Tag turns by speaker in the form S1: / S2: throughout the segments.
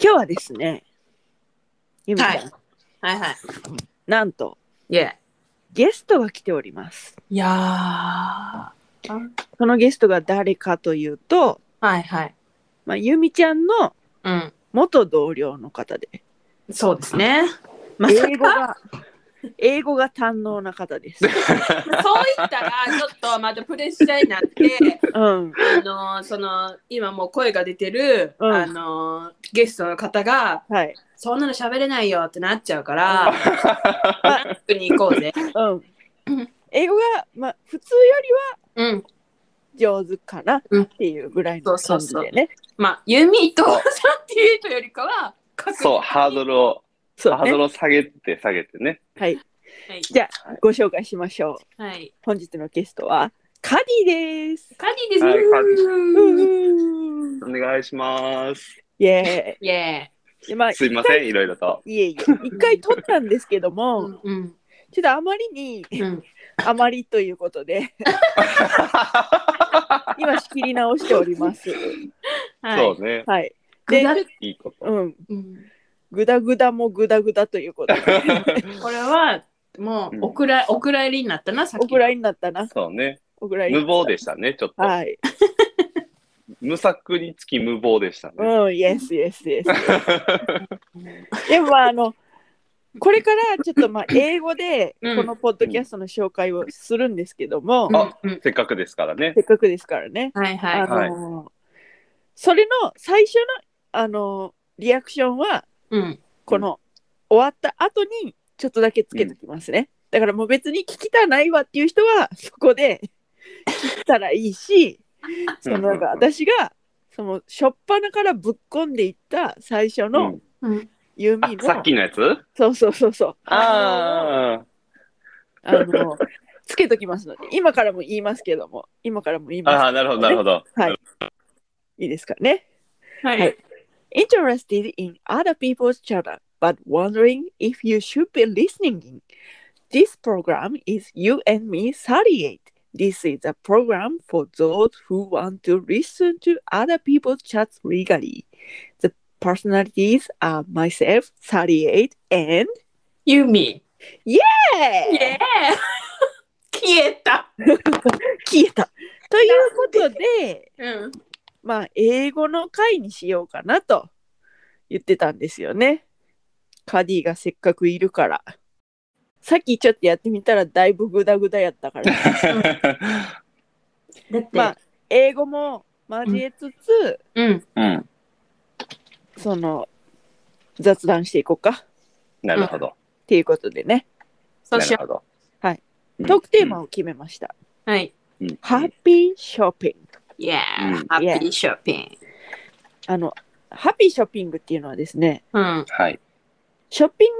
S1: 今日はですね、ゆみちゃん、
S2: はいはいはい。
S1: なんと
S2: いえ。
S1: ゲストが来ております。
S2: いやー。は
S1: そのゲストが誰かというと、
S2: いはい。
S1: まあ、ゆみちゃんの
S2: うん。
S1: 元同僚の方で、
S2: そうですね。まさか
S1: 英語が、英語が堪能な方です。
S2: そう言ったら、ちょっとまたプレッシャーになって、
S1: うん、
S2: あのーその、今もう声が出てる、
S1: うん
S2: あのーゲストの方が、
S1: はい。
S2: そんなの喋れないよってなっちゃうから、フランクに行こうぜ。
S1: うん、英語が、まあ、普通よりは
S2: うん。
S1: 上手かなっていうぐらいの感じでね。
S2: まあ、ユミとさんっていう人よりかは、確
S3: そう、ハードルを、
S1: そう
S3: ハー
S1: ね。
S3: ドルを下げて下げてね。
S1: はい。
S2: はい
S1: じゃあ、ご紹介しましょう。
S2: はい。
S1: 本日のゲストは、カディです。
S2: カニですね。
S3: はいカニ
S2: うん
S3: お願いします。
S1: イエ
S2: イエ
S1: ーイで。まあ、
S3: すいません、いろいろと。
S1: いえいえ、一回撮ったんですけど
S2: ーイ。
S1: も、
S2: うん。
S1: ちょっとあまりに、
S2: うん。
S1: あまりということで、今仕切り直しております。
S2: はい。
S3: そうね。
S1: はい。
S2: く
S1: で
S2: だ、る
S3: いいこと。
S1: うん、
S2: うん
S1: ぐだぐだもぐだぐだということ で、
S2: これはもうお蔵入、お蔵入りになったな、さっき。
S1: お蔵入りになったな。
S3: そうね。
S1: お蔵入り
S3: 無謀でしたね、ちょっと。
S1: はい。
S3: 無策につき無謀でしたね。
S1: うん、イエスイエスイエス。
S2: うん
S1: でも、まああの、これからちょっとまあ英語で
S2: うん
S1: このポッドキャストの紹介をするんですけども、
S3: あ
S2: うん
S3: せっかくですからね
S1: せ。っかくですからね。
S2: はいはい。
S1: あ
S2: あ
S1: のそれの最初の、あのリアクションは、
S2: うん、
S1: この終わった後にちょっとだけつけときますね。だからもう別に聞きたないわっていう人はそこで 聞いたらいいし、そのなんか
S3: うんうんうん
S1: 私がその初っ端からぶっこんでいった最初
S3: う
S1: の
S3: ん、
S2: うん、
S1: 弓
S3: あ
S1: の、
S3: さっきのやつ
S1: そうそうそうそう、
S3: あ
S1: あのつけときますので、今からも言いますけども、今からも言い
S3: あ。あ
S1: ま
S3: あ、なるほど、なるほど。
S1: す。いいですかね。
S2: はい。
S1: はい interested in other people's chatter, but wondering if you should be listening. in. This program is You and Me 38. This is a program for those who want to listen to other people's chats legally. The personalities are myself, 38, and
S2: ユミ。イ
S1: yeah!
S2: エーイ 消えた。
S1: 消えたということで、
S2: うん。
S1: まあ、英語の回にしようかなと言ってたんですよね。カディがせっかくいるから。さっきちょっとやってみたらだいぶグダグダやった から。
S2: だって、
S1: まあ、英語も交えつつ、
S2: うん。
S3: うん、
S1: その、雑談していこうかっ
S3: なるほど。
S1: ていうことでね。
S2: そ
S3: な
S2: うし
S3: る
S2: よ
S3: ほど。
S1: はい
S3: うん。
S1: トークテーマを決めました。
S2: う。はい。
S3: うん。うん
S1: ハッピーショッピング。
S2: イエーイ
S3: うん。
S2: ハッピーショッピング。
S1: あの、ハッピーショッピングっていうのはですね、
S2: うん。
S3: はい。
S1: ショッピン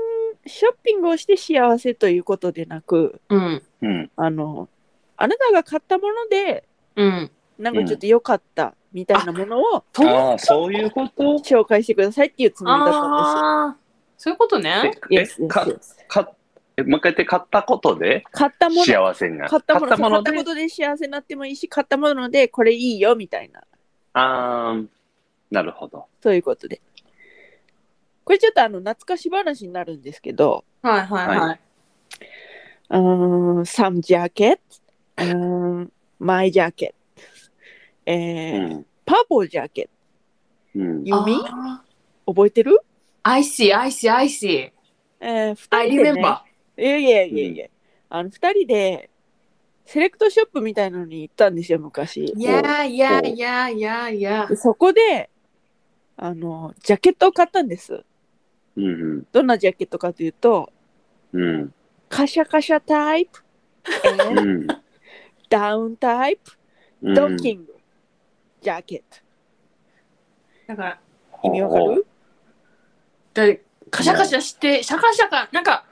S1: グ、ショッピングをして幸せということでなく、
S2: うん。
S3: うん。
S1: あの、あなたが買ったもので、
S2: うん。
S1: なんかちょっと良かったみたいなものを
S3: ああ、そういうこと
S1: 紹介してくださいっていうつもりだったん
S2: ああ。そういうこと
S3: え
S2: ね。
S1: で
S3: え
S1: す。Yes, yes,
S3: か
S1: yes
S3: かえもう一回言って買ったことで
S1: 買ったもの、買
S3: 幸せになる。
S1: ったもの、買った
S3: で
S1: ことで幸せになってもいいし、買ったものでこれいいよみたいな、
S3: あーなるほど。
S1: そういうことで。これちょっとあの懐かし話になるんですけど、
S2: はいはいは。
S3: はい
S1: うーん、some jacket, うーん、my jacket,
S3: う
S1: えー、
S3: ん。
S1: purple jacket,
S3: うん。
S1: 弓
S2: あー
S1: 覚えてる
S2: I see, I see, I see.
S1: えー、二
S2: I
S1: 人で、ね、
S2: remember.
S1: いやいやいやいや、あの2人でセレクトショップみたいなのに行ったんですよ昔
S2: Yeah, yeah, yeah, yeah, yeah.
S1: でそこであのジャケットを買ったんです
S3: うん。
S1: どんなジャケットかというと
S3: うん。
S1: カシャカシャタイプ
S3: うん。
S1: ダウンタイプ
S3: うん
S1: ドッキング、ジャケッ
S2: だから、
S1: ト意味わかる
S2: でカシャカシャして、シャカシャカなんか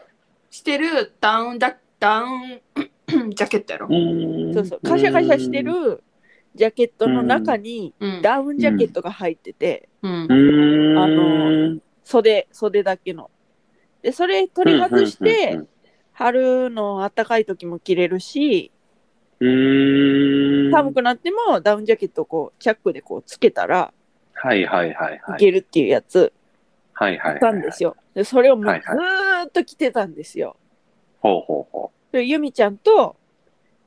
S2: してるダウンダダウン ジャケットやろ
S3: う。ん
S1: そうそうカシャカシャして。るジャケットの中に
S2: うん。
S1: ダウンジャケットが入ってて、
S2: うん
S3: う。ん。
S1: あの袖袖だけのでそれ取り外して、春の暖かい時も着れるし
S3: うん、うん。うん
S1: 寒くなってもダウンジャケットをこうチャックでこうつけたら
S3: はいはいはいはい
S1: いけるっていうやつ、
S3: はいはいはい、
S1: たんですよ。でそれをもうず
S3: はいはい
S1: ーっと着てたんですよ。
S3: ほうほうほ
S1: で由美ちゃんと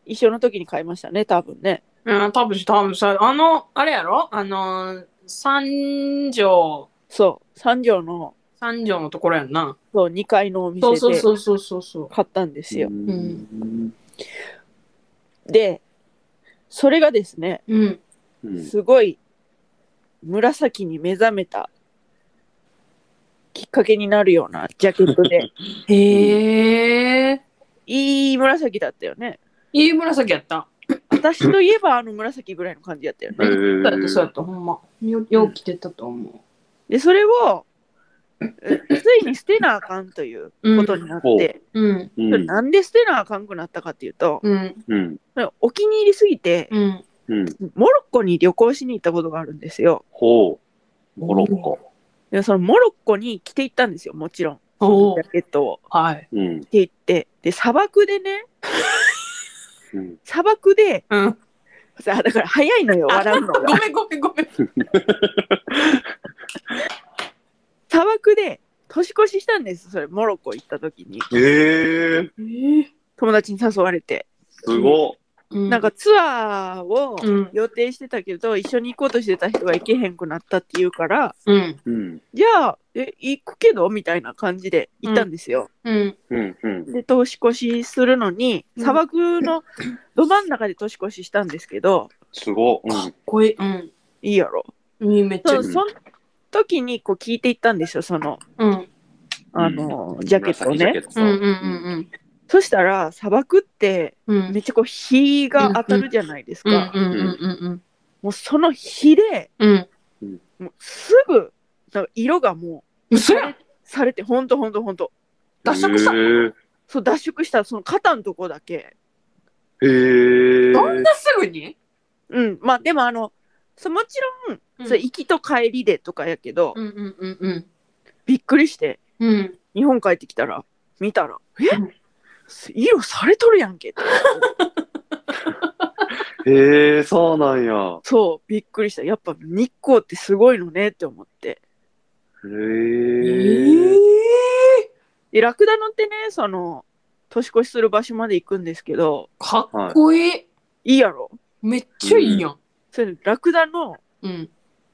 S1: 一緒の時に買いましたね、多分ね。
S2: うん、多分多分さ、あの、あれやろあの、三条、
S1: そう、三条の
S2: 三条のところやんな。
S1: そう2階のお店
S2: そうそう
S1: で
S2: そうそうそうそう。
S1: 買ったんです
S3: う。
S1: よ。
S3: ん。
S1: で、それがですね、
S2: うん。
S3: うん
S1: すごい紫に目覚めたきっかけになるようなジャケット で、
S2: へえ。
S1: いい紫だったよね。
S2: いい紫やった。
S1: 私といえばあの紫ぐらいの感じだったよね。
S3: へー
S2: そうやった、そうやった、ほんま。よよう着てたと思う。
S1: で、それを、えついに捨てなあかんということになって、
S2: うん。
S3: う
S1: それ
S3: ん
S1: なんで捨てなあかんくなったかっていうと、
S2: うん。
S3: うん
S1: お気に入りすぎて、
S2: うん。
S3: うん
S1: モロッコに旅行しに行ったことがあるんですよ。
S3: ほう。モロッコ。
S1: で、そのモロッコに着て行ったんですよ、もちろん。
S2: おお
S1: ジ。ャケットを
S2: はい。
S3: うん。
S1: 着て行って。で、砂漠でね、
S3: うん
S1: 砂漠で、
S2: うん。
S1: さだから早いのよ、笑うの
S2: ご
S1: が。
S2: めん、ごめん、ごめん。
S1: 砂漠で年越ししたんです、それ、モロッコ行った時に。
S3: へえ。
S2: ええ。
S1: 友達に誘われて。
S3: すごっ。
S2: な
S1: なんか、ツアーを
S2: うん。
S1: 予定してたけど、一緒に行こうとしてた人が行けへんくなったっていうから、
S2: うん。
S3: うん。
S1: じゃあ、え、行くけどみたいな感じで行ったんですよ。
S2: うん。
S3: うん。うん。
S1: で、年越しするのに、
S2: うん
S1: 砂漠のど真ん中で年越ししたんですけど、
S3: すごっ。
S2: かっこいい。うん。
S1: いいやろ。
S2: 耳めっち
S1: そ
S2: ゃいうい。
S1: その時にこう聞いていったんですよ、その、
S2: うん。
S1: あの、
S3: うん
S1: ジャケットをね。。
S2: うん。うん。うん。
S1: そしたら、砂漠って
S2: うん。
S1: めっちゃこう日が当たるじゃないです
S2: う
S1: か。
S2: んうんうん
S1: もうその日で、
S2: うんうん。
S1: もうすぐ、なんか色がも
S2: 嘘やん
S1: う、されて、ほんとほんとほんと。
S2: 脱色した
S3: へ
S1: そう、脱色したその肩のとこだけ。
S3: え。へえ。
S2: そんなすぐに
S1: うん、まあでもあの、そうもちろん、それ行きと帰りでとかやけど、
S2: うんうんうんうん
S1: びっくりして
S2: うん。
S1: 日本帰ってきたら見たら「え、
S2: うん
S1: 色されとるやんけ」って
S3: へえ、そうなんや。
S1: そうびっくりしたやっぱ日光ってすごいのねって思って
S3: へえ。
S1: でラクダ乗ってねその年越しする場所まで行くんですけど
S2: かっこいい。
S1: いいやろ
S2: めっちゃいいやん。
S1: それラクダの
S2: うん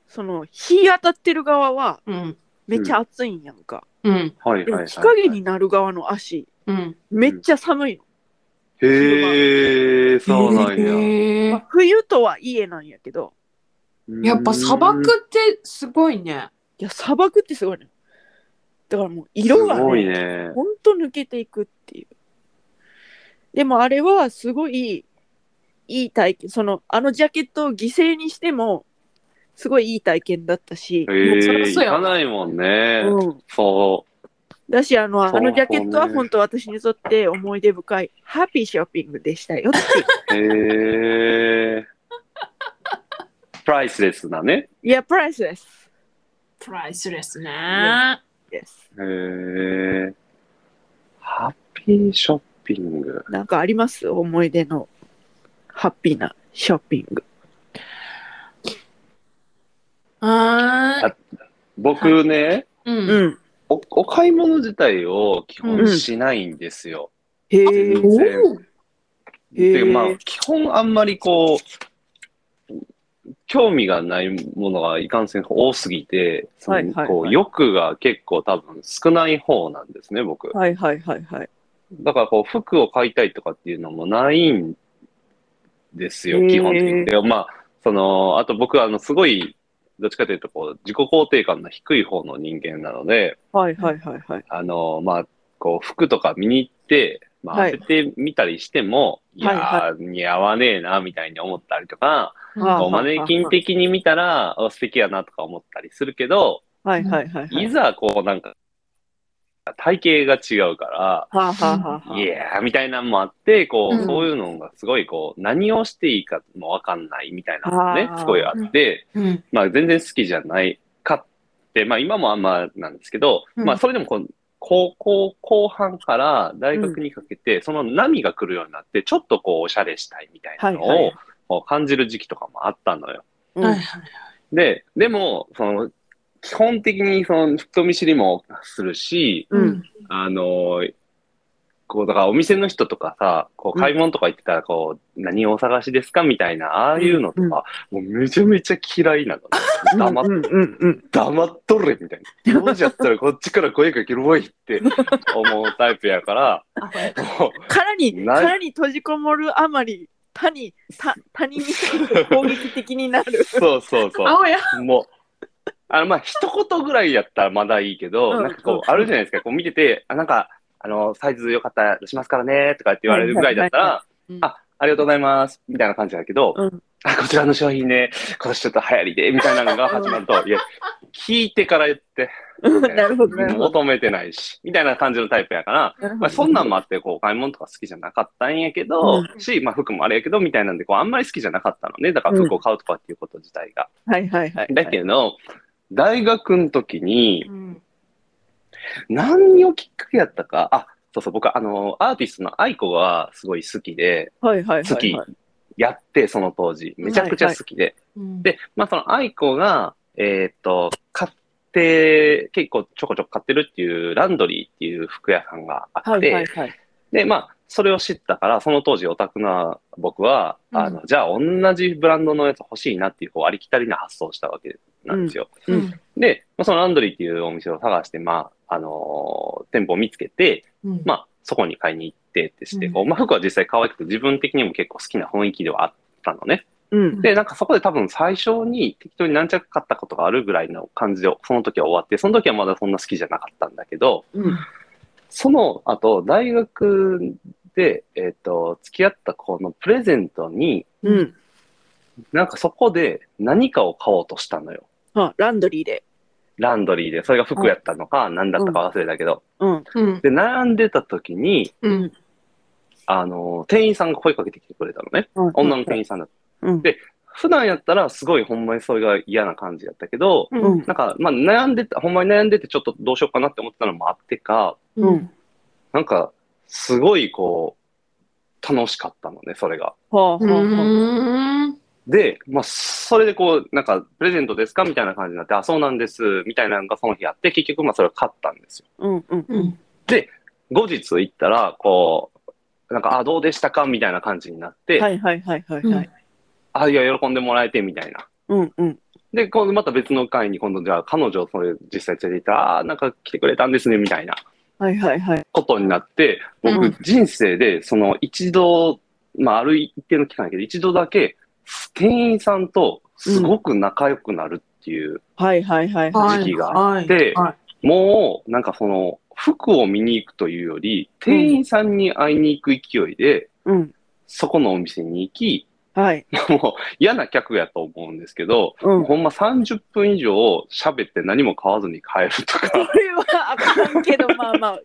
S1: その日当たってる側は
S2: うん
S1: めっちゃ暑いんやんか、
S2: うん
S3: はい
S1: で
S3: は
S1: も
S3: いはい。
S1: 日陰になる側の足
S2: うん。
S1: めっちゃ寒いの、
S3: へえ、そうなんや。
S1: ま
S2: や
S1: あ。冬とはいえなんやけど
S2: やっぱ砂漠ってすごいね。
S1: いや砂漠ってすごいねだからもう色
S3: 色
S1: が
S3: が。すごい
S1: ね
S3: ね。
S1: ほんと抜けていくっていう。でもあれはすごいいい体験、そのあのジャケットを犠牲にしてもすごいいい体験だったし、
S3: へ
S2: そり
S3: え、
S2: ゃそう
S3: 行
S2: やわ
S3: かないもんね。
S1: うん、
S3: そ
S1: だしあのあ
S3: そう
S1: のジャケットは
S3: ね
S1: 本当私にとって思い出深いハッピーショッピングでしたよ っていう。
S3: う。へえ。プライスレスだね。
S1: いや、プライスです。
S2: プライスレスね。
S1: です
S3: へえ。ハッピーショッピング。
S1: なんかあります思い出のハッピーなショッピング。
S2: あー
S3: 僕ね、
S2: うん。
S1: うん。
S3: おお買い物自体を基本しないんですよ。
S1: へ
S3: 全
S1: え。
S3: 然
S2: おー
S1: へ
S3: で
S1: ー
S3: まあ基本あんまりこう興味がないものがいかんせん多すぎてその
S1: はいはいはい
S3: こう欲が結構多分少ない方なんですね僕
S1: はいはいはいはい。
S3: だからこう服を買いたいとかっていうのもないんです
S1: へ
S3: よ
S1: ー
S3: 基本的にでまあそのあと僕はあのすごいどっちかというとこう自己肯定感の低い方の人間なので
S1: はいはいはいはい。
S3: あのまあこう服とか見に行って、ま
S1: は
S3: あ、
S1: い
S3: 当ててみたりしても、い
S1: はい
S3: やー似合わねえなみたいに思ったりとか、
S1: あ
S3: こう
S1: は
S3: マ
S1: い
S3: ネキン的に見たらあ素敵やなとか思ったりするけど、
S1: はいはいはいはい。
S3: いざこうなんか体型が違うか
S1: はあ、はあはあ
S3: ら、
S1: はい
S3: やーみたいなのもあってこう、
S2: うん
S3: そういうのがすごいこう何をしていいかもわかんないみたいなのがね
S1: あー
S3: すごいあって、
S2: うん。
S3: まあ、全然好きじゃないかって、まあ、今もあんまなんですけど、
S2: うん
S3: まあ、それでもこう高校後半から大学にかけて、その波が来るようになってちょっとこうおしゃれしたいみたいなのを、
S1: はいはい
S3: こう感じる時期とかもあったのよ。
S1: あ。うん
S2: はい。
S3: で、でも、その、基本的にその人見知りもするし、
S1: うん。
S3: あのーこう、だからお店の人とかさ、こう、買い物とか行ってたら、こう、何をお探しですかみたいな、ああいうのとか、もうめちゃめちゃ嫌いなの。黙っ
S1: うんうんうん。
S3: 黙っとれみたいな。どうじゃったらこっちから声かけるわいって思うタイプやから、もう
S1: 殻に、
S3: ない
S1: 殻に閉じこもるあまり、他に、他他人に対して攻撃的になる。
S3: そうそうそ
S2: 青や。
S3: う。もう、あの、まあ、一言ぐらいやったらまだいいけど、
S1: うん
S3: なんかこう、あるじゃないですか、こう見てて、あ、なんか、あの、サイズ良かったら出しますからね、とかって言われるぐらいだった
S1: はい
S3: ら、
S2: うん
S3: あ、ありがとうございます、みたいな感じだけど、
S1: うん
S3: あ、こちらの商品ね、今年ちょっと流行りで、みたいなのが始ま ると、いや、聞いてから言って、
S1: うん なるほど、なるほど。
S3: 求めてないし、みたいな感じのタイプやから、
S1: なるほ
S3: まあ、
S1: ど
S3: そんなんもあって、こう、買い物とか好きじゃなかったんやけど、し、まあ、服もあれやけど、みたいなんで、こう、あんまり好きじゃなかったのね。だから、服を買うとかっていうこと自体が。
S1: はいはいはい。
S3: だけど、大学の時に、
S2: うん
S3: 何をきっかけやったか、あ、そうそう、僕、あの、アーティストの愛子がすごい好きで、
S1: はいはいはいはい。
S3: 好きやって、その当時。めちゃくちゃ好きで。
S2: うん
S3: で、まあ、その愛子が、えーっと、買って、結構ちょこちょこ買ってるっていう、ランドリーっていう服屋さんがあって、
S1: はいはいはい。
S3: で、まあ、それを知ったから、その当時オタクな僕は、
S2: うん
S3: あの、じゃあ同じブランドのやつ欲しいなっていう、こう、ありきたりな発想をしたわけなんですよ。
S1: うん
S3: で、まあ、そのランドリーっていうお店を探して、まあ、あのー店舗を見つけて、
S2: うん
S3: まあ、そこに買いに行ってってして、
S2: うん
S3: こう、まあ、服は実際可愛くて、自分的にも結構好きな雰囲気ではあったのね。
S1: うん。
S3: で、なんかそこで多分最初に適当に何着買ったことがあるぐらいの感じで、その時は終わって、その時はまだそんな好きじゃなかったんだけど、
S1: うん。
S3: その後、大学で、えっ、と、付き合った子のプレゼントに、
S1: うん。
S3: なんかそこで何かを買おうとしたのよ。
S1: あ、ランドリーで。
S3: ランドリーで。それが服やったのか、何だったか忘れたけど。
S1: うん。
S2: うん
S3: で、並んでた時に、
S2: うん
S3: あの、店員さんが声かけてきてくれたのね。女の店員さんだった。
S1: うん。
S3: 普段やったら、すごいほんまにそれが嫌な感じやったけど、
S2: う
S1: うん
S2: ん
S3: なんか、まあ悩んでた、ほんまに悩んでてちょっとどうしようかなって思ってたのもあってか、
S2: うん
S3: なんか、すごいこう、楽しかったのね、それが。
S1: はあ、は
S2: う
S1: あ、はあ。
S2: ん
S3: で、まあ、それでこう、なんか、プレゼントですかみたいな感じになって、あ、そうなんです、みたいなのがその日あって、結局、まあ、それを買ったんですよ。
S1: うんうん
S2: う。ん
S3: 後日行ったら、こう、なんか、あ、どうでしたかみたいな感じになって、
S1: はいはいはいはいはい。
S3: あ、いや、喜んでもらえて、みたいな。
S1: うんうん。
S3: で、今度また別の会に、今度、じゃあ、彼女をそれ実際連れて行ったら、あー、なんか来てくれたんですね、みたいな
S1: はいはいはい。
S3: ことになって、僕、
S2: うん
S3: 人生で、その、一度、まあ、ある一定の期間だけど、一度だけ、店員さんと、すごく仲良くなるっていう、
S1: はいはいはいはい。
S3: 時期があって
S2: はいはい
S3: もう、なんかその、服を見に行くというより、店員さんに会いに行く勢いで、
S1: うん。
S3: そこのお店に行き、
S1: はい。
S3: もう嫌な客やと思うんですけど、
S1: うん。
S3: ほんま30分以上喋って何も買わずに帰るとか。
S1: これはあかんけど、まあまあ。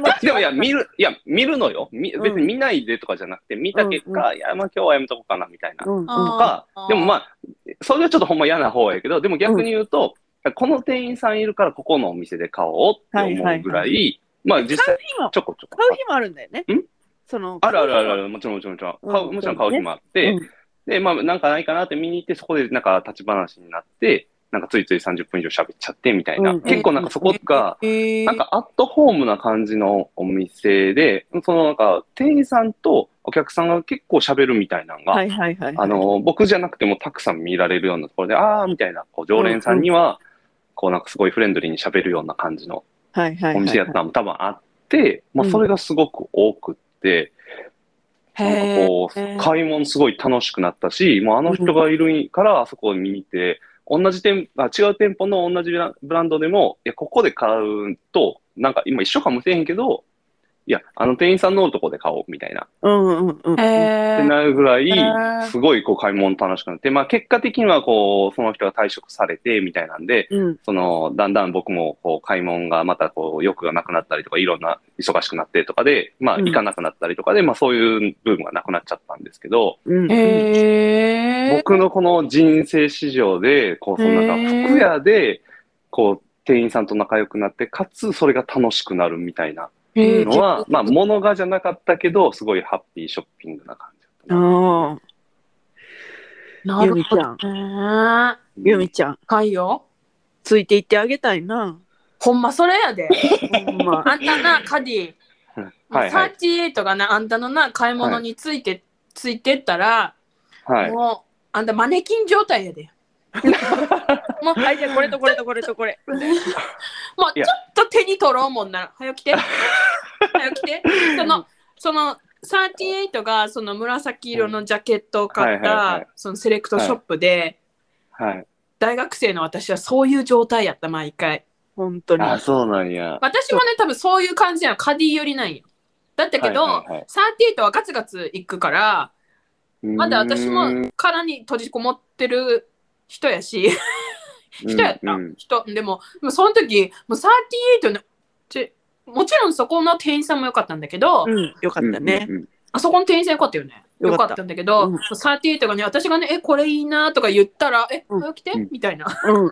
S1: まあ
S3: でもいや、見る、いや、見るのよ。み
S1: うん
S3: 別に見ないでとかじゃなくて、見た結
S1: うん
S3: 果、いや、まあ今日はやめとこうかな、みたいな。
S1: うんうん。
S2: あ
S3: か
S2: あー、
S3: でもまあ、それはちょっとほんま嫌な方やけど、でも逆に言うと、この店員さんいるからここのお店で買おうって思うぐらい、
S1: はいはいは
S3: まあ実際
S1: 日も
S3: ちょこちょこ
S1: 買う日もあるんだよね。
S3: ん
S1: その。
S3: あるあるあるあ
S1: る。
S3: る、もちろんもちろんもちろん。
S1: うん
S3: 買うもちろん買う日もあって、
S1: うん
S3: で、まあなんかないかなって見に行って、そこでなんか立ち話になって、なんかついつい30分以上喋っちゃってみたいな。
S1: うん
S3: 結構なんかそこが、
S1: へえ。
S3: なんかアットホームな感じのお店で、そのなんか店員さんとお客さんが結構喋るみたいなのが、
S1: はいはいはい。
S3: あ、の、僕じゃなくてもたくさん見られるようなところで、あーみたいな、こう常連さんには、こうなんかすごいフレンドリーに喋るような感じの
S1: はいはいはい。
S3: お店やったのも多分あって、まあそれがすごく多くって、なんかこ
S2: へー
S3: う、買い物すごい楽しくなったし、もうあの人がいるから、あそこを見に行って、同じ店、あ違う店舗の同じブラブランドでも、いや、ここで買うと、なんか今一緒かもしれへんけど、いや、あの店員さんのとこで買おうみたいな。
S1: うんうんうん。
S2: へ
S3: って
S2: ー
S3: なるぐら
S2: へ
S3: い、
S2: ー
S3: すごいこう買い物楽しくなって、まあ結果的にはこう、その人が退職されてみたいなんで、
S1: うん。
S3: その、だんだん僕もこう買い物がまたこう、欲がなくなったりとか、いろんな忙しくなってとかで、まあ
S1: うん
S3: 行かなくなったりとかで、まあそういう部分がなくなっちゃったんですけど、
S1: うん。
S2: へー
S3: 僕のこの人生史上で、こう、そのなん
S2: へ
S3: か
S2: ー
S3: 服屋で、こう、店員さんと仲良くなって、かつそれが楽しくなるみたいな
S2: へー
S3: のは、まあ、物がじゃなかったけど、すごいハッピーショッピングな感じだったな。
S1: ああ。
S2: なるほどね。
S1: ゆみちゃん。
S2: 深いよ。
S1: ついていってあげたいな。
S2: ほんまそれやで。
S1: ほん ま。
S2: あんたな、カディ。
S3: はいはい。
S2: 38がな、あんたのな、買い物について、ついてったら、
S3: はい。
S2: もう、あんたマネキン状態やで。もう、
S1: はい、じゃあこれとこれとこれとこれ。
S2: もう
S3: い
S2: ちょ
S3: や
S2: っと手に取ろうもんなら、早 来て。早来て。その、その、38がその紫色のジャケットを買っ
S3: はいはいは
S2: た
S3: い、
S2: そのセレクトショップで、
S3: はい。
S2: 大学生の私はそういう状態やった、毎回。
S1: 本当に。
S3: あ、そうなんや。
S2: 私もね、多分そういう感じなの、カディ寄りなんよ。だったけど、
S3: はいはいはい
S2: 38はガツガツ行くから、まだ私も殻に閉じこもってる人やし、人やった、
S3: うんうん
S2: 人でもでもその時もう38のちもちろんそこの店員さんも良かったんだけど、
S1: うん、よかったね。
S3: うんうんうん
S2: あそこの店員さん良かったよね
S1: 良
S2: 良
S1: か
S2: か
S1: った
S2: ったんだけ
S1: う
S2: ど、
S1: ん
S2: 38がね私がね「えこれいいな」とか言ったら「え
S1: うん
S2: 早来て
S3: うん」
S2: みたいな
S1: うん。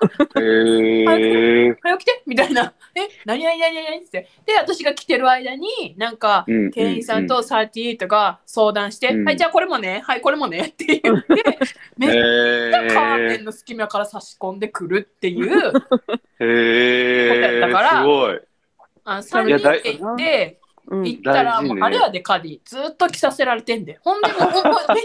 S3: へー
S2: 「早来て」みたいな 「え何々何々」ってで私が来てる間になんか
S3: うんうんうん。
S2: 店員さんと38が相談して「
S3: うん
S2: はいじゃあこれもねはいこれもね」って言 ってめっちゃカーテンの隙間から差し込んでくるって いう。
S3: へ
S2: こ
S3: ー
S2: とやったから
S3: すごい。
S2: あ3人で行って
S1: うん
S2: 行ったら
S3: 大事
S2: も
S3: ね
S2: うあれやでカディずっと着させられてんでほん でもうおおめっちゃい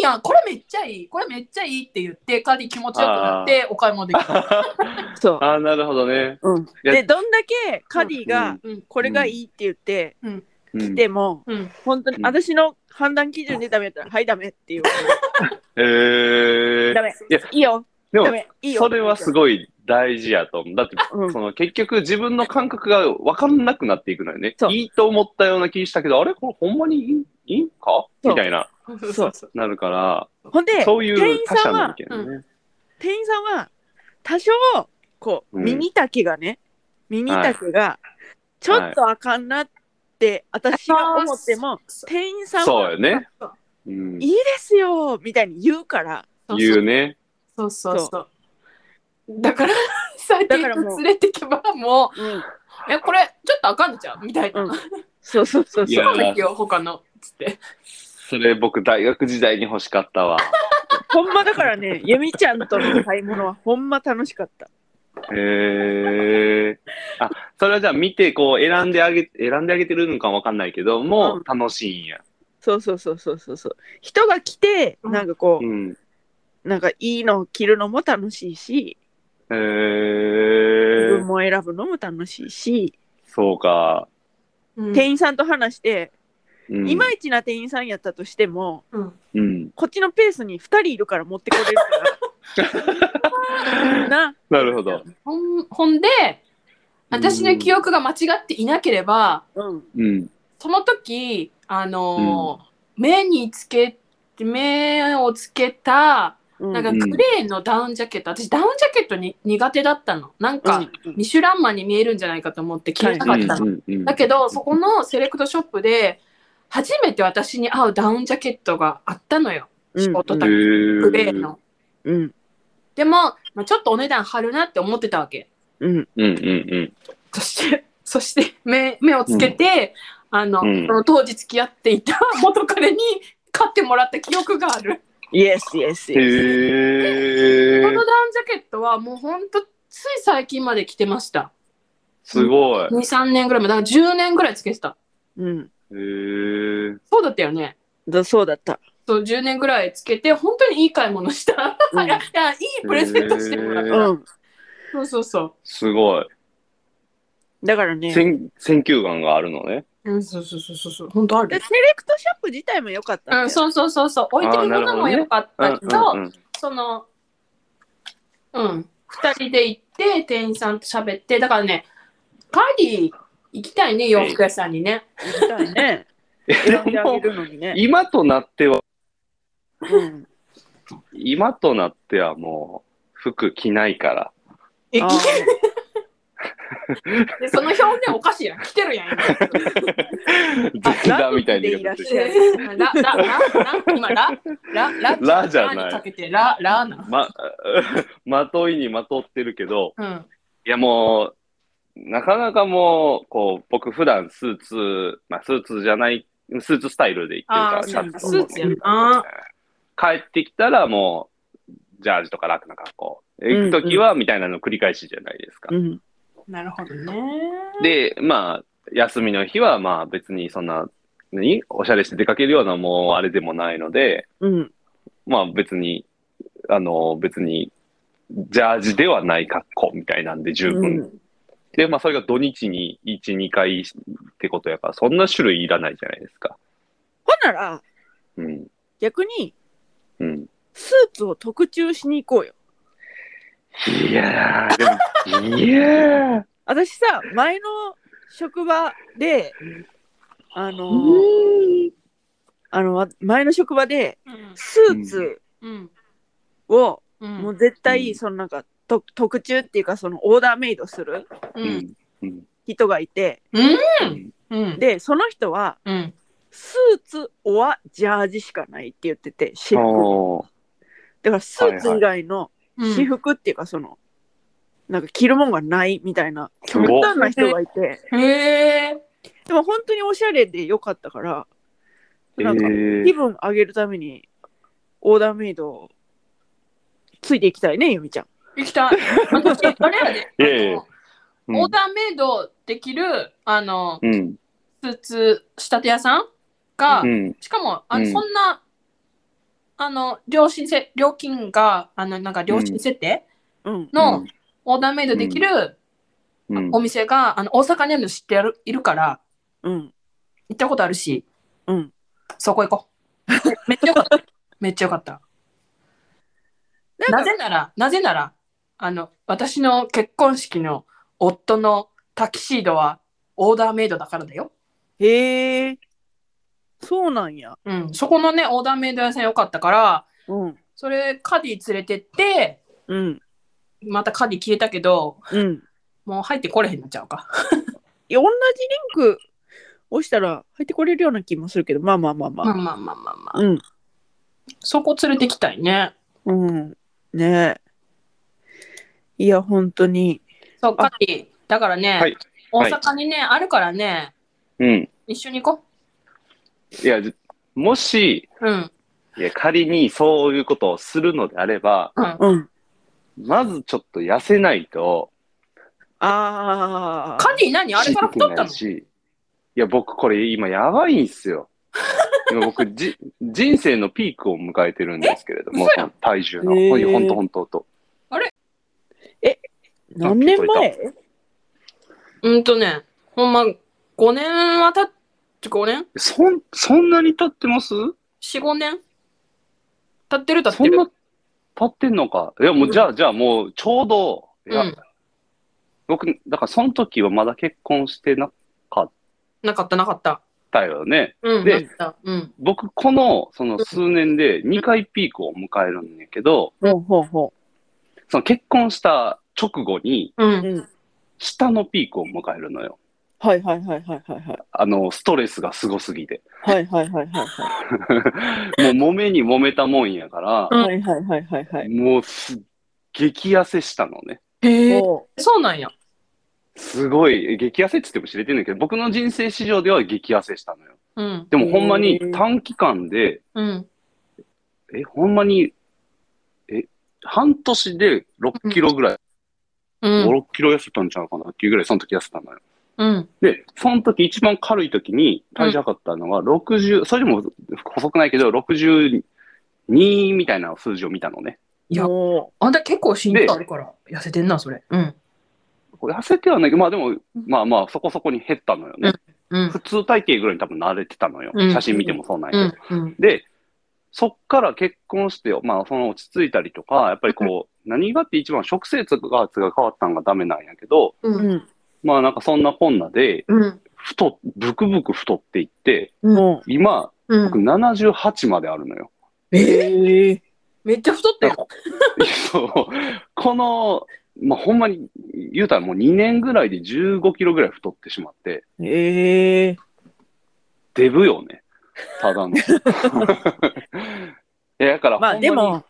S2: いやんこれめっちゃいいこれめっちゃいいって言ってカディ気持ちよくなってお買い物できた
S1: そう。
S3: あー、なるほどね。
S1: うん、
S3: や
S1: で、どんだけカディが
S2: うん
S1: これがいいって言って
S3: うん
S1: 来ても、
S2: うん
S1: 本当に私の判断基準でダメだったら、はい、ダメっていう。
S3: へ ー
S1: ダメ。
S3: いや
S1: いいよ。
S3: でも
S1: ダ、メ。いいよ。
S3: それはす
S1: ごい。
S3: ごい大事やと思う。だって、
S1: うん
S3: その結局自分の感覚が分かんなくなっていくのよね
S1: そ。う
S3: いいと思ったような気したけど、あれこれほんまにいいいいんか
S1: そう
S3: みたいな、
S1: そう
S2: そう
S3: なるから、
S1: ほんで、
S3: そうい
S1: 店員
S3: う他
S1: さ
S3: 者
S1: んは
S3: の意見ね。
S1: 店員さんは、多少、こう、
S3: うん
S1: 耳丈がね、耳丈が、ちょっとあかんなって、私が思っても、店員さん
S3: そ
S1: は
S3: うよね。
S2: そう
S3: うん
S1: いいですよみたいに言うから、
S2: そう
S3: 言うね。
S2: そうそうそうだから 最低
S1: だからも
S2: と
S1: う
S2: 連れてけばも
S1: うん、
S2: うえこれちょっとあかんのじゃんみたいな、
S1: うんそうそうそう
S3: い
S1: そ
S3: や
S1: う。
S2: そうだよ他のつって
S3: それ僕大学時代に欲しかったわ。
S1: ほんまだから ね、ゆみちゃんとの買い物はほんま楽しかった。
S3: へえ。あ、それはじゃあ見てこう選んであげ、選んであげてるのかわかんないけども、
S1: うん
S3: 楽しいんや。
S1: そうそうそうそうそうそう。人が来て、
S2: うん
S1: なんかこう、
S3: うん。
S1: なんかいいのを着るのも楽しいし、
S3: へ
S1: 自
S3: え
S1: 分。も選ぶのも楽しいし、
S3: そう
S2: う
S3: か。
S2: ん
S1: 店員さんと話して、
S3: うん、
S1: いまいちな店員さんやったとしても、
S2: うん
S3: うん。
S1: こっちのペースに2人いるから持ってこれる から。な、
S3: なるほど。
S2: ほんほんで私の記憶が間違っていなければ、
S1: うん、
S3: うん。
S2: その時あのー目につけ目をつけた
S1: うん、
S2: なんか
S3: うん
S2: グレーのダウンジャケット、私ダウンジャケットに苦手だったのなんか、
S1: うん
S2: ミシュランマンに見えるんじゃないかと思って着れなか
S3: う
S2: っ
S3: ん
S2: たの、
S3: うんうん
S2: だけどそこのセレクトショップで初めて私に合うダウンジャケットがあったのよ、
S1: うん
S2: ショート
S3: へ
S2: 丈グレーの、
S1: うん、
S2: でも、まあ、ちょっとお値段張るなって思ってたわけ
S1: うん、
S3: うんうん
S2: そして、そして目目をつけて、あの、
S3: うん
S2: その当時付き合って いた元彼に買ってもらった記憶がある。
S1: イエスイエス
S3: うん。へえ
S2: こ。のダウンジャケットはもうほんとつい最近まで着てました。
S3: すごい。
S2: 2、3年ぐらいまで、だから10年ぐらいつけてた。
S1: うん、
S3: へえ。
S2: そうだったよね。
S1: だそうだった。
S2: そう、10年ぐらいつけて、本当にいい買い物した。
S1: うん
S2: いやいや、いいプレゼントしてもらっ
S3: へ
S2: た。
S3: ー
S1: うん、
S2: そうそうそ
S3: すごい。
S1: だからね。
S3: せん選球眼があるのね。
S2: う。うん、そうそうそうそうそう。本当あ
S1: で
S2: る。
S1: セレクトショップ自体も良かったんだよ
S2: うん、そうそうそうそう。置いてるものも良かっ
S3: うん
S2: たけど、
S3: うんうん。
S2: そのうん2人で行って店員さんと喋ってだからねカーディ行きたいね洋服屋さんにね
S1: みたい ね。選んであげるのにね。
S3: 今となっては、
S1: うん、
S3: 今となってはもう服着ないから。
S2: え
S1: あ
S2: 着て
S1: ー
S2: るその表現おかしいやん来てるやん今
S3: 雑だみたいな言い方して
S1: え
S2: ララララ今ラララ
S3: ラじゃない
S2: ラにかけてララな
S3: ま、 まといにまとってるけど、
S2: うん
S3: いやもう、なかなかもう、こう、僕普段スーツ、まあスーツじゃない、スーツスタイルで行ってるか
S2: あ
S3: ら、
S2: ー
S3: ちゃんと
S2: スーツやな
S3: 帰ってきたらもう、ジャージとか楽な格好、行くときは、みたいなの繰り返しじゃないですか。
S1: うん。
S2: なるほどね。
S3: で、まあ、休みの日は、まあ別にそんな、何おしゃれして出かけるようなもうあれでもないので、
S1: うん。
S3: まあ別に、あの、別に、ジャージではない格好みたいなんで十分。
S1: うん。
S3: で、まあそれが土日に1、2回ってことやから、そんな種類いらないじゃないですか。
S1: ほんなら、
S3: うん。
S1: 逆に、
S3: うん。
S1: スーツを特注しに行こうよ。
S3: いやー、でも、いやー。
S1: 私さ、前の職場で、あのー、
S3: う
S1: あの、わ前の職場で、
S2: うん。
S1: スーツ
S2: うん。
S1: を、
S2: う。
S1: もうん絶
S3: う
S1: 対、
S3: ん
S1: そのなんか、と特注っていうか、そのオーダーメイドする
S2: うん。
S3: うん。
S1: 人がいて、
S3: うん。
S2: うん。
S1: で、その人は、
S2: うん。
S1: スーツ、オア、ジャージしかないって言ってて、私服。
S3: おー
S1: だから、スーツ以外の私服っていうか、その、なんか着るもんがないみたいな、
S3: すごっ
S1: 極端な人がいて、
S2: へえ。
S1: でも本当におしゃれでよかったから、
S3: え
S1: なんか、気
S3: ー、
S1: 分上げるためにオーダーメイドついていきたいねゆみちゃん。
S2: 行きたい。私、あれやで。
S3: いやいや
S2: あのオーダーメイドできる、あの、
S3: うん。
S2: スーツ仕立て屋さんが
S3: う、ん。
S2: しかも、あの、
S3: うん
S2: そんな、あの、料金せ、料金が、あの、なんか料金設定
S1: うん。
S2: の
S3: うん
S2: オーダーメイドできる
S3: うん。
S2: お店が、あの、大阪にあるの知ってやるいるから、
S1: うん。
S2: 行ったことあるし、
S1: うん。
S2: そこ行こう。 めっちゃよかった。めっちゃよかった。
S1: な
S2: な
S1: か
S2: んぜなら、なぜなら、あの、私の結婚式の夫のタキシードはオーダーメイドだからだよ。
S1: へえ。そうなんや。
S2: うん、そこのね、オーダーメイド屋さん良かったから、
S1: うん。
S2: それカディ連れてって、
S1: うん。
S2: またカディ消えたけど、
S1: うん。
S2: もう入ってこれへんなっちゃうか。
S1: いや同じリンク押したら入ってこれるような気もするけど、まあまあまあま
S2: まあ
S1: あ。
S2: まあまあまあまあ。
S1: うん。
S2: そこ連れてきたいね。
S1: うん。ねえ。いや、本当に。
S2: そう、カディ。だからね、
S3: はい
S2: 大
S3: はい
S2: 阪にね、あるからね、
S3: うん。
S2: 一緒に行こ
S3: いや、じもし、
S2: う。うん。
S3: いや仮にそういうことをするのであれば、
S2: うん。
S1: うん。
S3: まずちょっと痩せないと、
S1: ああ。
S2: カディ何あれから太ったの
S3: しいや、僕これ今やばいんすよ。今僕じ、人生のピークを迎えてるんですけれども、
S2: 嘘
S3: そ
S2: やん
S3: の体重の。
S1: へー
S3: ほんとほんとほんと。
S1: 何年前
S2: うんとね、ほんま、5年はたっ、5年
S3: そん、そんなに経ってます
S2: ?4、5年経ってる経っ
S3: そ
S2: て
S3: ん
S2: る。
S3: な経ってんのか。いや、もう、じゃあ、じゃあもう、ちょうど、いや、
S2: うん
S3: 僕、だからその時はまだ結婚してなか
S2: なかったなかった。
S3: ったよね。
S2: うん。
S3: で
S2: なかったうん。
S3: 僕、この、その数年で2回ピークを迎えるんやけど、
S1: ほうほうほ
S3: その結婚した直後に、
S2: う
S1: う。
S2: ん。
S1: うん。
S3: 下のピークを迎えるのよ。
S1: はいはいはいはいはいはい。
S3: あの、ストレスがすごすぎて。
S1: はいはいはいはいは
S3: もう揉めに揉めたもんやから、
S2: うん
S1: い。はいはいはいはいはい。
S3: もうすっ、激痩せしたのね。
S2: へえ。
S1: も
S2: そうなんや。
S3: すごい、激痩せって言っても知れてんねんけど、僕の人生史上では激痩せしたのよ。
S2: うん。
S3: でもほんま
S1: へ
S3: に
S1: ー
S3: 短期間で、
S2: うん。
S3: え、ほんまに、え、半年で6キロぐらい、
S2: うん。
S3: 5、6キロ痩せたんちゃうかなっていうぐらい、その時痩せたのよ。
S2: うん。
S3: で、その時一番軽い時に体重測ったのが60、それでも細くないけど、62みたいな数字を見たのね。
S1: う
S2: いやあんた結構身長あるから痩せてんな、それ。うん。
S3: これ痩せてはないけど、まあでも、まあまあそこそこに減ったのよね。
S2: うん
S3: 普。通体型ぐらいに多分慣れてたのよ。
S2: うん
S3: 写真見てもそうなんや
S2: う
S3: けど。
S2: ん。うん。
S3: で、そっから結婚して、まあ、その落ち着いたりとか、やっぱりこう、何がって一番食生活が変わったんがダメなんやけど、
S2: う。
S1: うんん。
S3: まあなんかそんなこんなで、
S2: うん。
S3: 太っ、ブクブク太っていって、
S1: も
S3: 今、
S2: う
S3: 僕
S2: ん。
S3: 78まであるのよ。
S1: う。ええ。
S2: めっちゃ太った
S3: だか
S2: よ。
S3: らそうこの、まあほんまに、言うたらもう2年ぐらいで15キロぐらい太ってしまって、
S1: ええ。
S3: デブよね。た だの。いや、だから、
S1: まあでも、う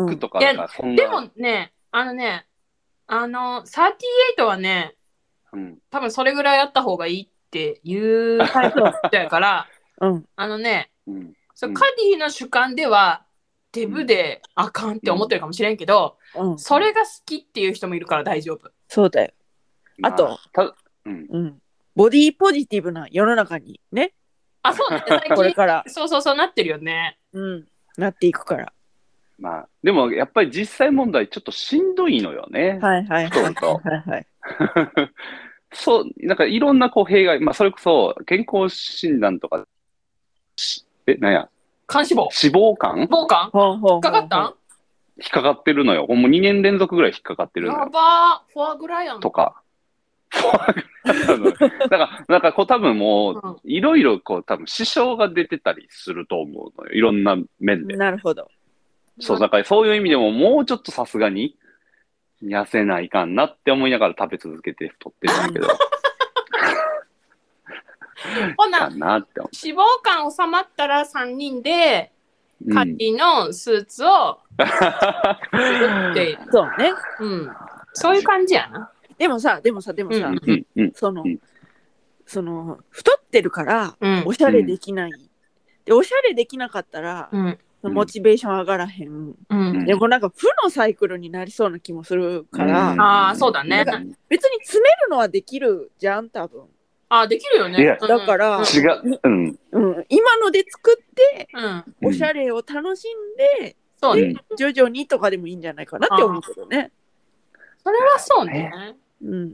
S3: 服
S1: ん
S3: とか、なん
S2: いや
S3: かそんな。
S2: でもね、あのね、あの、38はね、
S3: うん、
S2: 多分それぐらいやった方がいいっていうタイプの人や から、
S1: うん。
S2: あのね、
S3: うん、
S2: そう
S3: うん
S2: カディの主観では、デブであかんって思ってるかもしれんけど、
S1: うん、
S2: それが好きっていう人もいるから大丈夫。
S1: そうだよ。
S3: ま
S1: あと
S3: たうん、
S1: うん。ボディーポジティブな世の中にね、
S2: あ、そうだね。 最
S1: これ
S2: 近。
S1: から、
S2: そうそうそうなってるよね。
S1: うん、なっていくから。
S3: まあ、でもやっぱり実際問題、ちょっとしんどいのよね。
S1: はいはいはい。
S3: そうそう
S1: はいはい。
S3: そう、なんかいろんなこう弊害、まあ、それこそ健康診断とか、しえ、なんや、
S2: 肝脂肪。
S3: 脂肪肝
S2: 脂肪肝
S1: ほうほうほうほう。
S2: かかったん
S3: 引っかかってるのよ。もう2年連続ぐらい引っかかってるの
S2: や
S3: よ。
S2: ばー。フォアグラやん。
S3: とか。 だから、なんかこう多分もう、
S2: うん
S3: いろいろこう多分支障が出てたりすると思うのよ。いろんな面で。
S1: なるほど。
S3: そう、だからそういう意味でももうちょっとさすがに痩せないかんなって思いながら食べ続けて太ってるんだけど、
S2: ほな
S3: か、なって思
S2: 脂肪肝収まったら3人で、
S3: う。
S2: カ
S3: うん
S2: リのスーツを作って、
S1: そうね。
S2: うん、そういう感じやな。
S1: でもさ、でもさ、でもさ、
S2: うん
S3: うんうん
S1: その、
S3: うん
S1: その、太ってるから、
S2: うん
S1: おしゃれできない。で、おしゃれできなかったら、
S2: うん
S3: うん
S1: モチベーション上がらへん。
S2: うん
S1: でもなんか、負のサイクルになりそうな気もするから、
S3: うん
S2: あーそうだね
S3: ん
S1: 別に詰めるのはできるじゃん、多分。
S2: あできるよね。
S3: いや
S2: うん
S1: だから
S2: うん
S3: 違う、うん。
S1: うん、今ので作って、
S2: うん、
S3: うん
S1: おしゃれを楽しんで、
S2: そうね。
S3: うん
S1: 徐々にとかでもいいんじゃないかなって思うけどね。
S2: それはそうね。
S1: うん、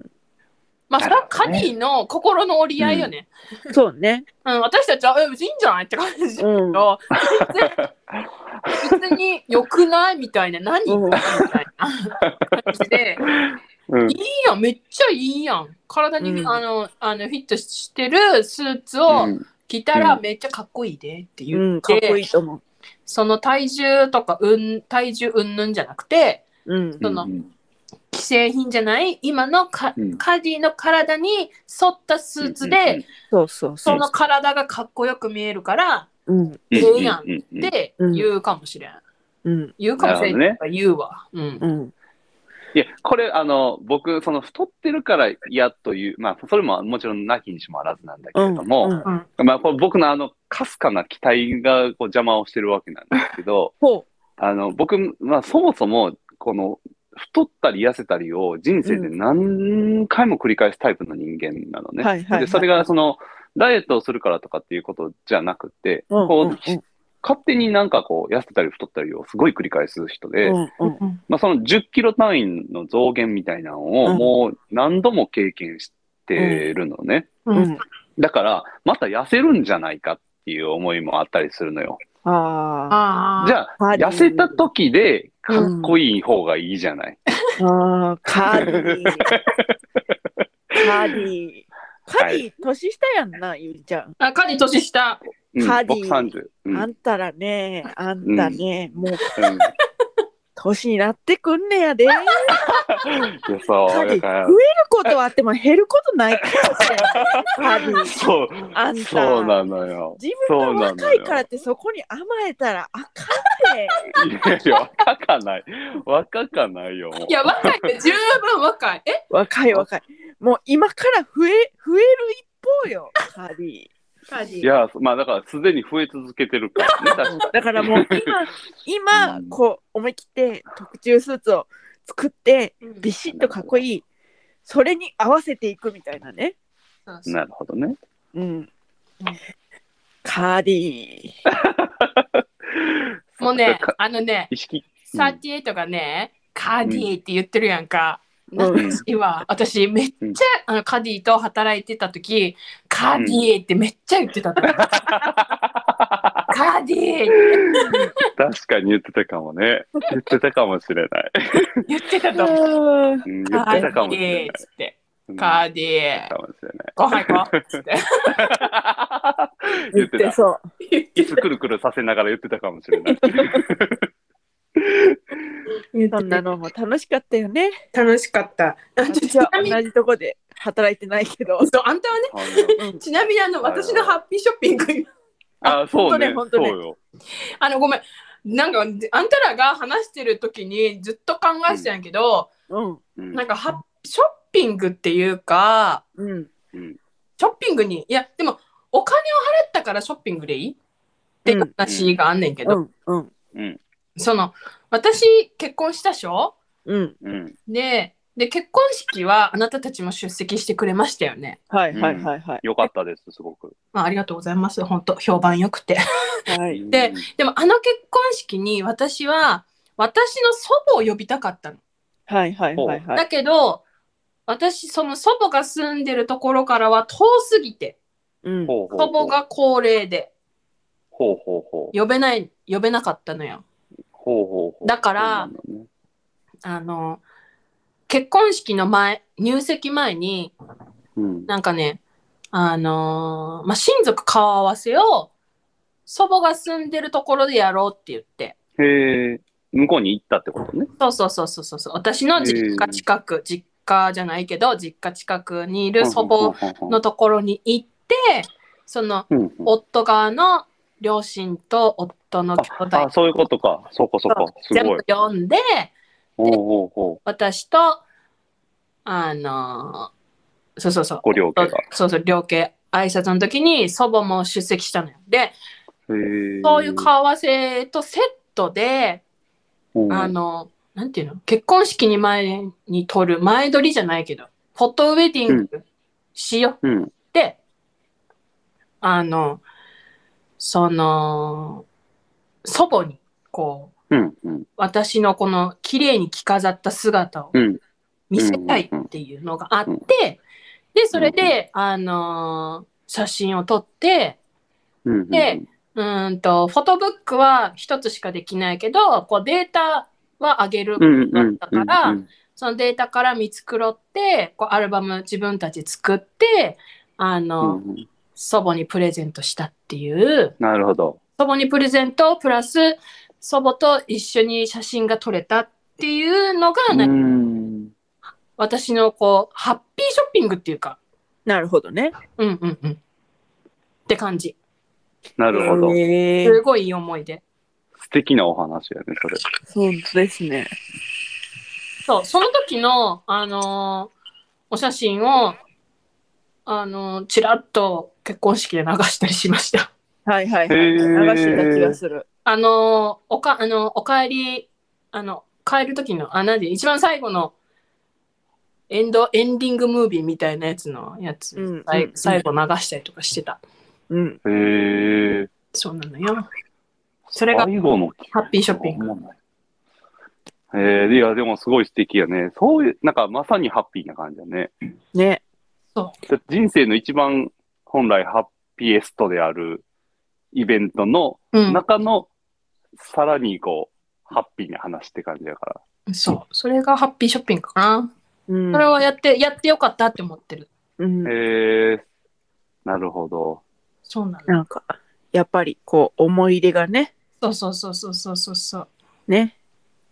S2: まあ、それはカリの心の折り合いよね。
S1: そうね。
S2: うん、私たちは、え、別にいいんじゃないって感じだけ
S1: うん。
S2: ど、全然、別に良くないみたいな、何
S1: うん
S2: みたいな感じで、
S3: うん
S2: いいやん、めっちゃいいやん。体に、
S1: うん
S2: あの、あのフィットしてるスーツを、
S3: うん
S2: 着たら
S3: うん
S2: めっちゃかっこいいでって言って、
S1: うん、かっこいいと思う。
S2: その体重とか、うん、体重うんぬんじゃなくて
S1: うん。
S2: その
S3: うん
S2: 既製品じゃない今のカ,、
S3: うん
S2: カディの体に沿ったスーツで、、
S1: そうそうそ。
S2: そうの体がかっこよく見えるから
S1: うん。
S3: う
S2: ええやん
S3: うう
S2: って言うかもしれん、
S1: うん。
S2: 言うかもしれん
S3: なる
S2: とか言うわ、うん
S1: うん。
S3: いや、これ、あの、僕、その太ってるから嫌という、まあ、それももちろんなきにしもあらずなんだけ
S1: う
S3: れ
S1: ん。
S3: ども、
S1: うん
S2: うん
S3: まあ、これ僕のあの、かすかな期待がこう邪魔をしてるわけなんですけ ど、
S1: ほ
S3: あの、僕、まあ、そもそも、この、太ったり痩せたりを人生で何回も繰り返すタイプの人間なの
S1: う。
S3: ね。
S1: はいはい。
S3: で、それが、その、ダイエットをするからとかっていうことじゃなくて、
S1: うん、
S3: こう
S1: うん
S3: 勝手になんかこう、痩せたり太ったりをすごい繰り返す人で、
S1: うんうん
S2: うん
S3: まあ、その10キロ単位の増減みたいなの
S1: う
S3: を
S1: ん
S3: もう何度も経験してるのね。
S1: う
S2: うん
S1: ん。
S3: だから、また痩せるんじゃないかっていう思いもあったりするのよ。
S1: あ
S2: あ
S3: じ
S2: あ
S3: ゃあ、
S1: あ。
S3: 痩せた時でかっこいい方がいいじゃない。
S1: ああ、カーディー。カーディー。カーディー、年下やんな、ゆりちゃん。
S2: あカディ年下
S3: うん
S1: カーディ
S3: 僕30。うん
S1: あんたらね、あんたね、もう
S3: うん
S1: 年になってくんねやで。
S3: いやそう
S1: カーディ
S3: だから
S1: 増えることはあっても減ることないからね。カーディー。
S3: そう、
S1: あんた。
S3: そうなのよ。
S1: 自分が若いからってそこに甘えたらあかんで。
S3: いやいや、若かない。若かないよ。もう
S2: いや若いっ て十分若いえ
S1: 若い若い。もう今から増え、増える一方よ、カーディー。
S2: カディ
S3: いや、まあだから、すでに増え続けてるからね、確かに
S1: だからもう今、
S3: う
S1: 今
S3: ん、
S1: こう、思い切って特注スーツを作って、
S2: うん
S1: ビシッとかっこいい。それに合わせていくみたいなね。
S2: そうそう
S3: なるほどね。
S1: うん。カーディー。
S2: もうね
S3: だから
S2: あのね
S3: 意識。うん
S2: 38がね、カディって言ってるやんか、
S1: うん
S2: 今私めっち
S3: うん
S2: ゃ、あのカディと働いてた時カディってめっちゃ言ってたと思うカディ
S3: 確かに言ってたかもね。言ってたかもしれない。
S2: 言ってたと思う
S1: あ
S3: うん言
S2: カ
S3: って
S2: デ
S3: たかもしれな
S2: ィ
S3: い
S2: っ。つって
S3: うん
S2: カディ
S3: かもしれない。
S2: ご飯行こうっつって
S1: ー
S3: 言
S1: 言
S3: っ
S1: って
S3: た
S1: てそう。
S2: 言って
S3: いつくるくるさせながら言ってたかもしれ ない。
S1: そんなのも楽しかったよね。
S2: 楽しかったあちょ
S1: 私
S2: ち
S1: は
S2: なみに
S1: 同じとこで働いてないけど。
S2: そうあんたはね
S1: うん
S2: ちなみにあの
S3: はいはい
S2: 私のハッピーショッピング
S3: あ、そうね。
S1: 本
S3: そ
S1: 当
S3: う
S1: ね
S3: よ。
S2: あのごめんなんかあんたらが話してる時にずっと考えてたんやけど、
S1: うん。
S3: うん
S2: なんかハッショッピングっていうか
S1: うん。
S2: ショッピングに、いや、でも、お金を払ったからショッピングでいいっていう話があんねんけ
S1: う
S2: ど、
S1: ん。うん。
S3: うん。
S2: その、私、結婚したでしょ
S1: うん。
S3: うん。
S2: で、で、結婚式はあなたたちも出席してくれましたよね。
S1: はいはいはいはい。
S3: よかったです、すごく。
S2: まあ、ありがとうございます。本当評判良くて。
S1: はい。
S2: ででも、あの結婚式に私は、私の祖母を呼びたかったの。
S1: はいはいはいは
S2: だ
S1: い。
S2: けど、私、その祖母が住んでるところからは遠すぎて、
S1: うん。
S3: ほうほう
S2: 祖母が高齢で、
S3: ほうほうほう。
S2: 呼べない、呼べなかったのよ。
S3: ほうほうほう。
S2: だから
S3: そうなんだね
S2: あの、結婚式の前、入籍前に、
S3: うん。
S2: なんかね、あのーまあ、親族顔合わせを、祖母が住んでるところでやろうって言って、
S3: へえ、向こうに行ったってことね。
S2: そうそうそうそうそうそう、私の実家近く、実家じゃないけど、実家近くにいる祖母の
S3: 母
S2: ところに行って、その、
S3: の
S2: 夫側の両親と夫の兄弟
S3: あ、そういうことか。そこそこ。す
S2: 全
S3: ご
S2: 部
S3: い。
S2: 読んで
S3: ほうほうほう。
S2: 私とあのーそうそうそう
S3: ご両家が。
S2: そうそう両家挨拶の時に祖母も出席したのよで
S3: へえ
S2: そういう顔合わせとセットで、
S3: うん
S2: あのなんていうの結婚式に前に撮る前撮りじゃないけどフォトウェディングしよう
S3: うん。
S2: で、あの、その、祖母に、こう、
S3: うん。うん。
S2: 私のこの綺麗に着飾った姿を
S3: うん。
S2: 見せたいっていうのがあって、で、それで、あのー写真を撮って、
S3: うん。
S2: でうーんと、フォトブックは一つしかできないけど、こうデータは上げる
S3: うん、うん。
S2: だ
S3: うん
S2: ったから、、そのデータから見繕って、こうアルバム自分たち作って、あ
S3: う
S2: の
S3: んうん
S2: 祖母にプレゼントしたっていう
S3: なるほど。
S2: 祖母にプレゼントプラス祖母と一緒に写真が撮れたっていうのが、
S3: う
S2: ね
S3: ん。
S2: 私のこうハッピーショッピングっていうか
S1: なるほどね。
S2: うんうんうんって感じ
S3: なるほど。
S1: え
S2: すごいいい思い出
S3: 素敵なお話やね、それ。
S1: そうですね。
S2: そうその時のあのーお写真をあのーちらっと結婚式で流したりしました
S1: はいはいは
S3: へ
S1: い。流
S3: ー
S1: してた気がする。
S2: あのーおかあのお帰りあの帰る時のあなんで一番最後のエンドエンディングムービーみたいなやつのやつ、
S1: うん
S2: さい
S1: うん
S2: 最後流したりとかしてた
S1: うん。
S3: へえ。
S2: そうなのよそれが
S3: 最後の
S2: ハッピーショッピング。
S3: えー、いや、でもすごい素敵やね。そういう、なんかまさにハッピーな感じだね。
S1: ね。
S3: だって人生の一番本来ハッピエストであるイベントの
S2: うん
S3: 中の、さらにこう、ハッピーな話って感じだか
S2: そうそれがハッピーショッピングかな、
S1: うん。
S2: それをやってやってよかったって思ってる
S1: うん
S3: ら。へえー、なるほど。
S2: そうなの
S1: なんか、やっぱりこう、思い入れがね、
S2: そうそうそうそうそうそうそう
S1: ね、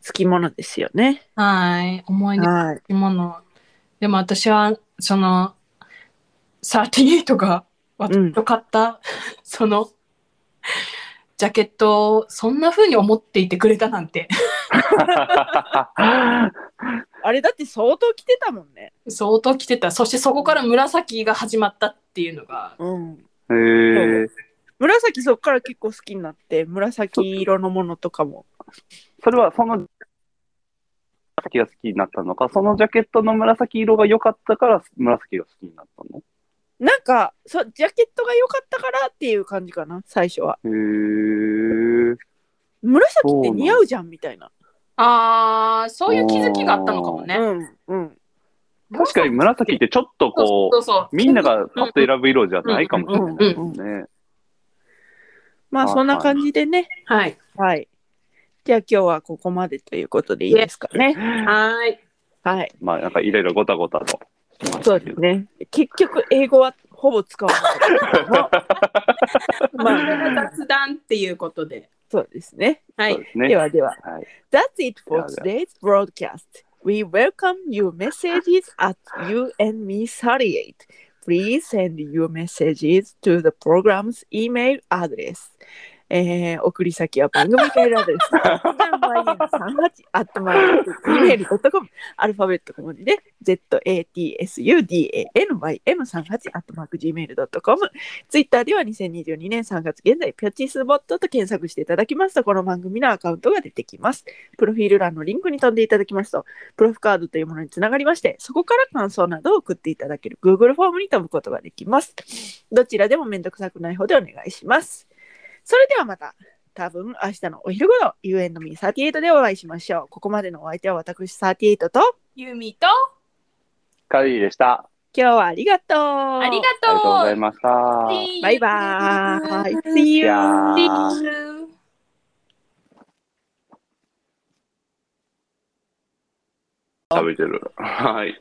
S1: つきものですよね。
S2: はーい思い出の
S1: はい。
S2: 着物でも私はその38が私と買った、 そのジャケットをそんな風に思っていてくれたなんて
S1: あれだって相当着てたもんね。
S2: 相当着てたそしてそこから紫が始まったっていうのが
S1: うん。
S3: へえー、
S1: 紫そっから結構好きになって、紫色のものとかも。
S3: それはその、紫が好きになったのか、そのジャケットの紫色が良かったから、紫が好きになったの
S1: なんか、そう、ジャケットが良かったからっていう感じかな、最初は。
S3: へー
S1: 紫って似合うじゃんみたいな。
S2: あーそういう気づきがあったのかもね
S1: うん、うん。
S3: 確かに紫ってちょっ
S2: そう
S3: とこ
S2: そうそう
S3: う、みんながパッと選ぶ色じゃないかもしれないですね。
S1: まあ、そんな感じでね。
S2: はい
S1: はい。じゃあ今日はここまでということでいいですかね。
S2: はーい
S1: はい。
S3: まあなんかいろいろごたごたと。
S1: そうですね。結局、英語はほぼ使わない。まあ、
S2: 雑談っていうことで
S1: そうですね。
S2: は
S3: そう
S2: い
S3: ですね。
S1: ではでは。
S3: はい
S1: That's it for today's broadcast. We welcome your messages at you and me 38. Please send your messages to the program's email address えー、送り先は番組メールアドレス、zambym38-gmail.com、アルファベット小文字で、zatsudanym38-gmail.com、ツイッターでは2022年3月現在、ピョチスボットと検索していただきますと、この番組のアカウントが出てきます。プロフィール欄のリンクに飛んでいただきますと、プロフカードというものにつながりまして、そこから感想などを送っていただける Google フォームに飛ぶことができます。どちらでもめんどくさくない方でお願いします。それではまた、多分明日のお昼ごろ、You and me38 でお会いしましょう。ここまでのお相手は私38と、
S2: ユミと、
S3: カリーでした。
S1: 今日はありがとう。あ
S2: あり
S3: ありがとうござ
S2: が
S3: い
S2: とう
S3: ました。
S1: バイバーイ。See
S3: い
S1: you.
S3: やー
S2: See you.
S3: 食べてる。はい。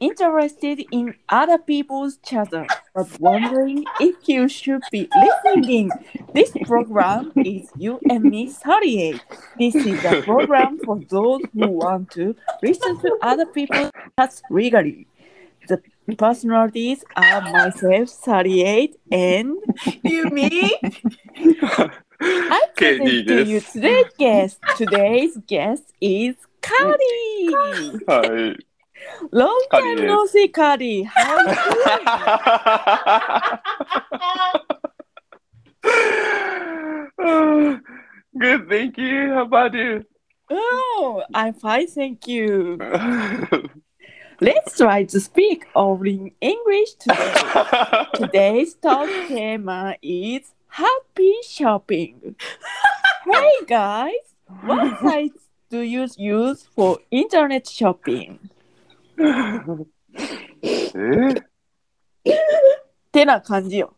S1: Interested in other people's chatter, but wondering if you should be listening. This program is You and Me 38. This is a program for those who want to listen to other people's chats regally. The personalities are myself, 38, and
S2: Yumi?
S1: I present
S3: KD
S1: to you
S3: です。
S1: today's guest. Today's guest is Cardi.
S3: はい。
S1: Long
S3: Cardi
S1: time
S3: です
S1: no see, Cardi. How are you?
S3: うん Good, thank you. How about you?
S1: Oh, I'm fine, thank you. Let's try to speak all in English today. Today's talk tema is happy shopping. hey guys, what sites do you use for internet shopping?
S3: え Eh?
S1: てな感じよ。